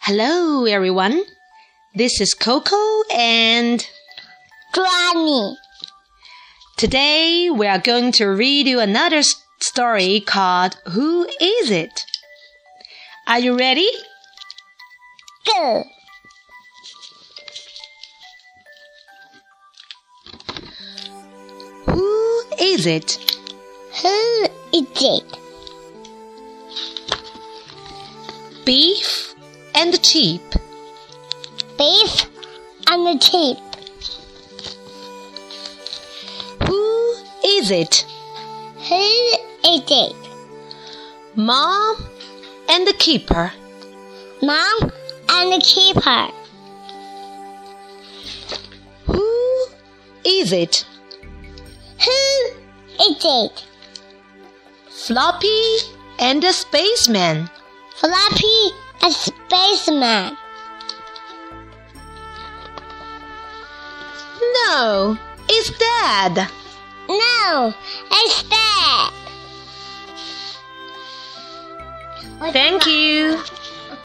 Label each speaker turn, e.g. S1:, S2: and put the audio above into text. S1: Hello, everyone. This is Coco, and
S2: Granny.
S1: today we are going to read you another s- story called Who Is It? Are you ready?
S2: Go.
S1: Who is it?
S2: Who is it?
S1: Beef and cheap.
S2: Beef and the cheap.
S1: Who is it?
S2: Who is it?
S1: Mom and the keeper.
S2: Mom and the keeper.
S1: Who is it?
S2: Who is it?
S1: Floppy and the spaceman.
S2: Flappy and spaceman.
S1: No, it's Dad.
S2: No, it's that.
S1: Thank you.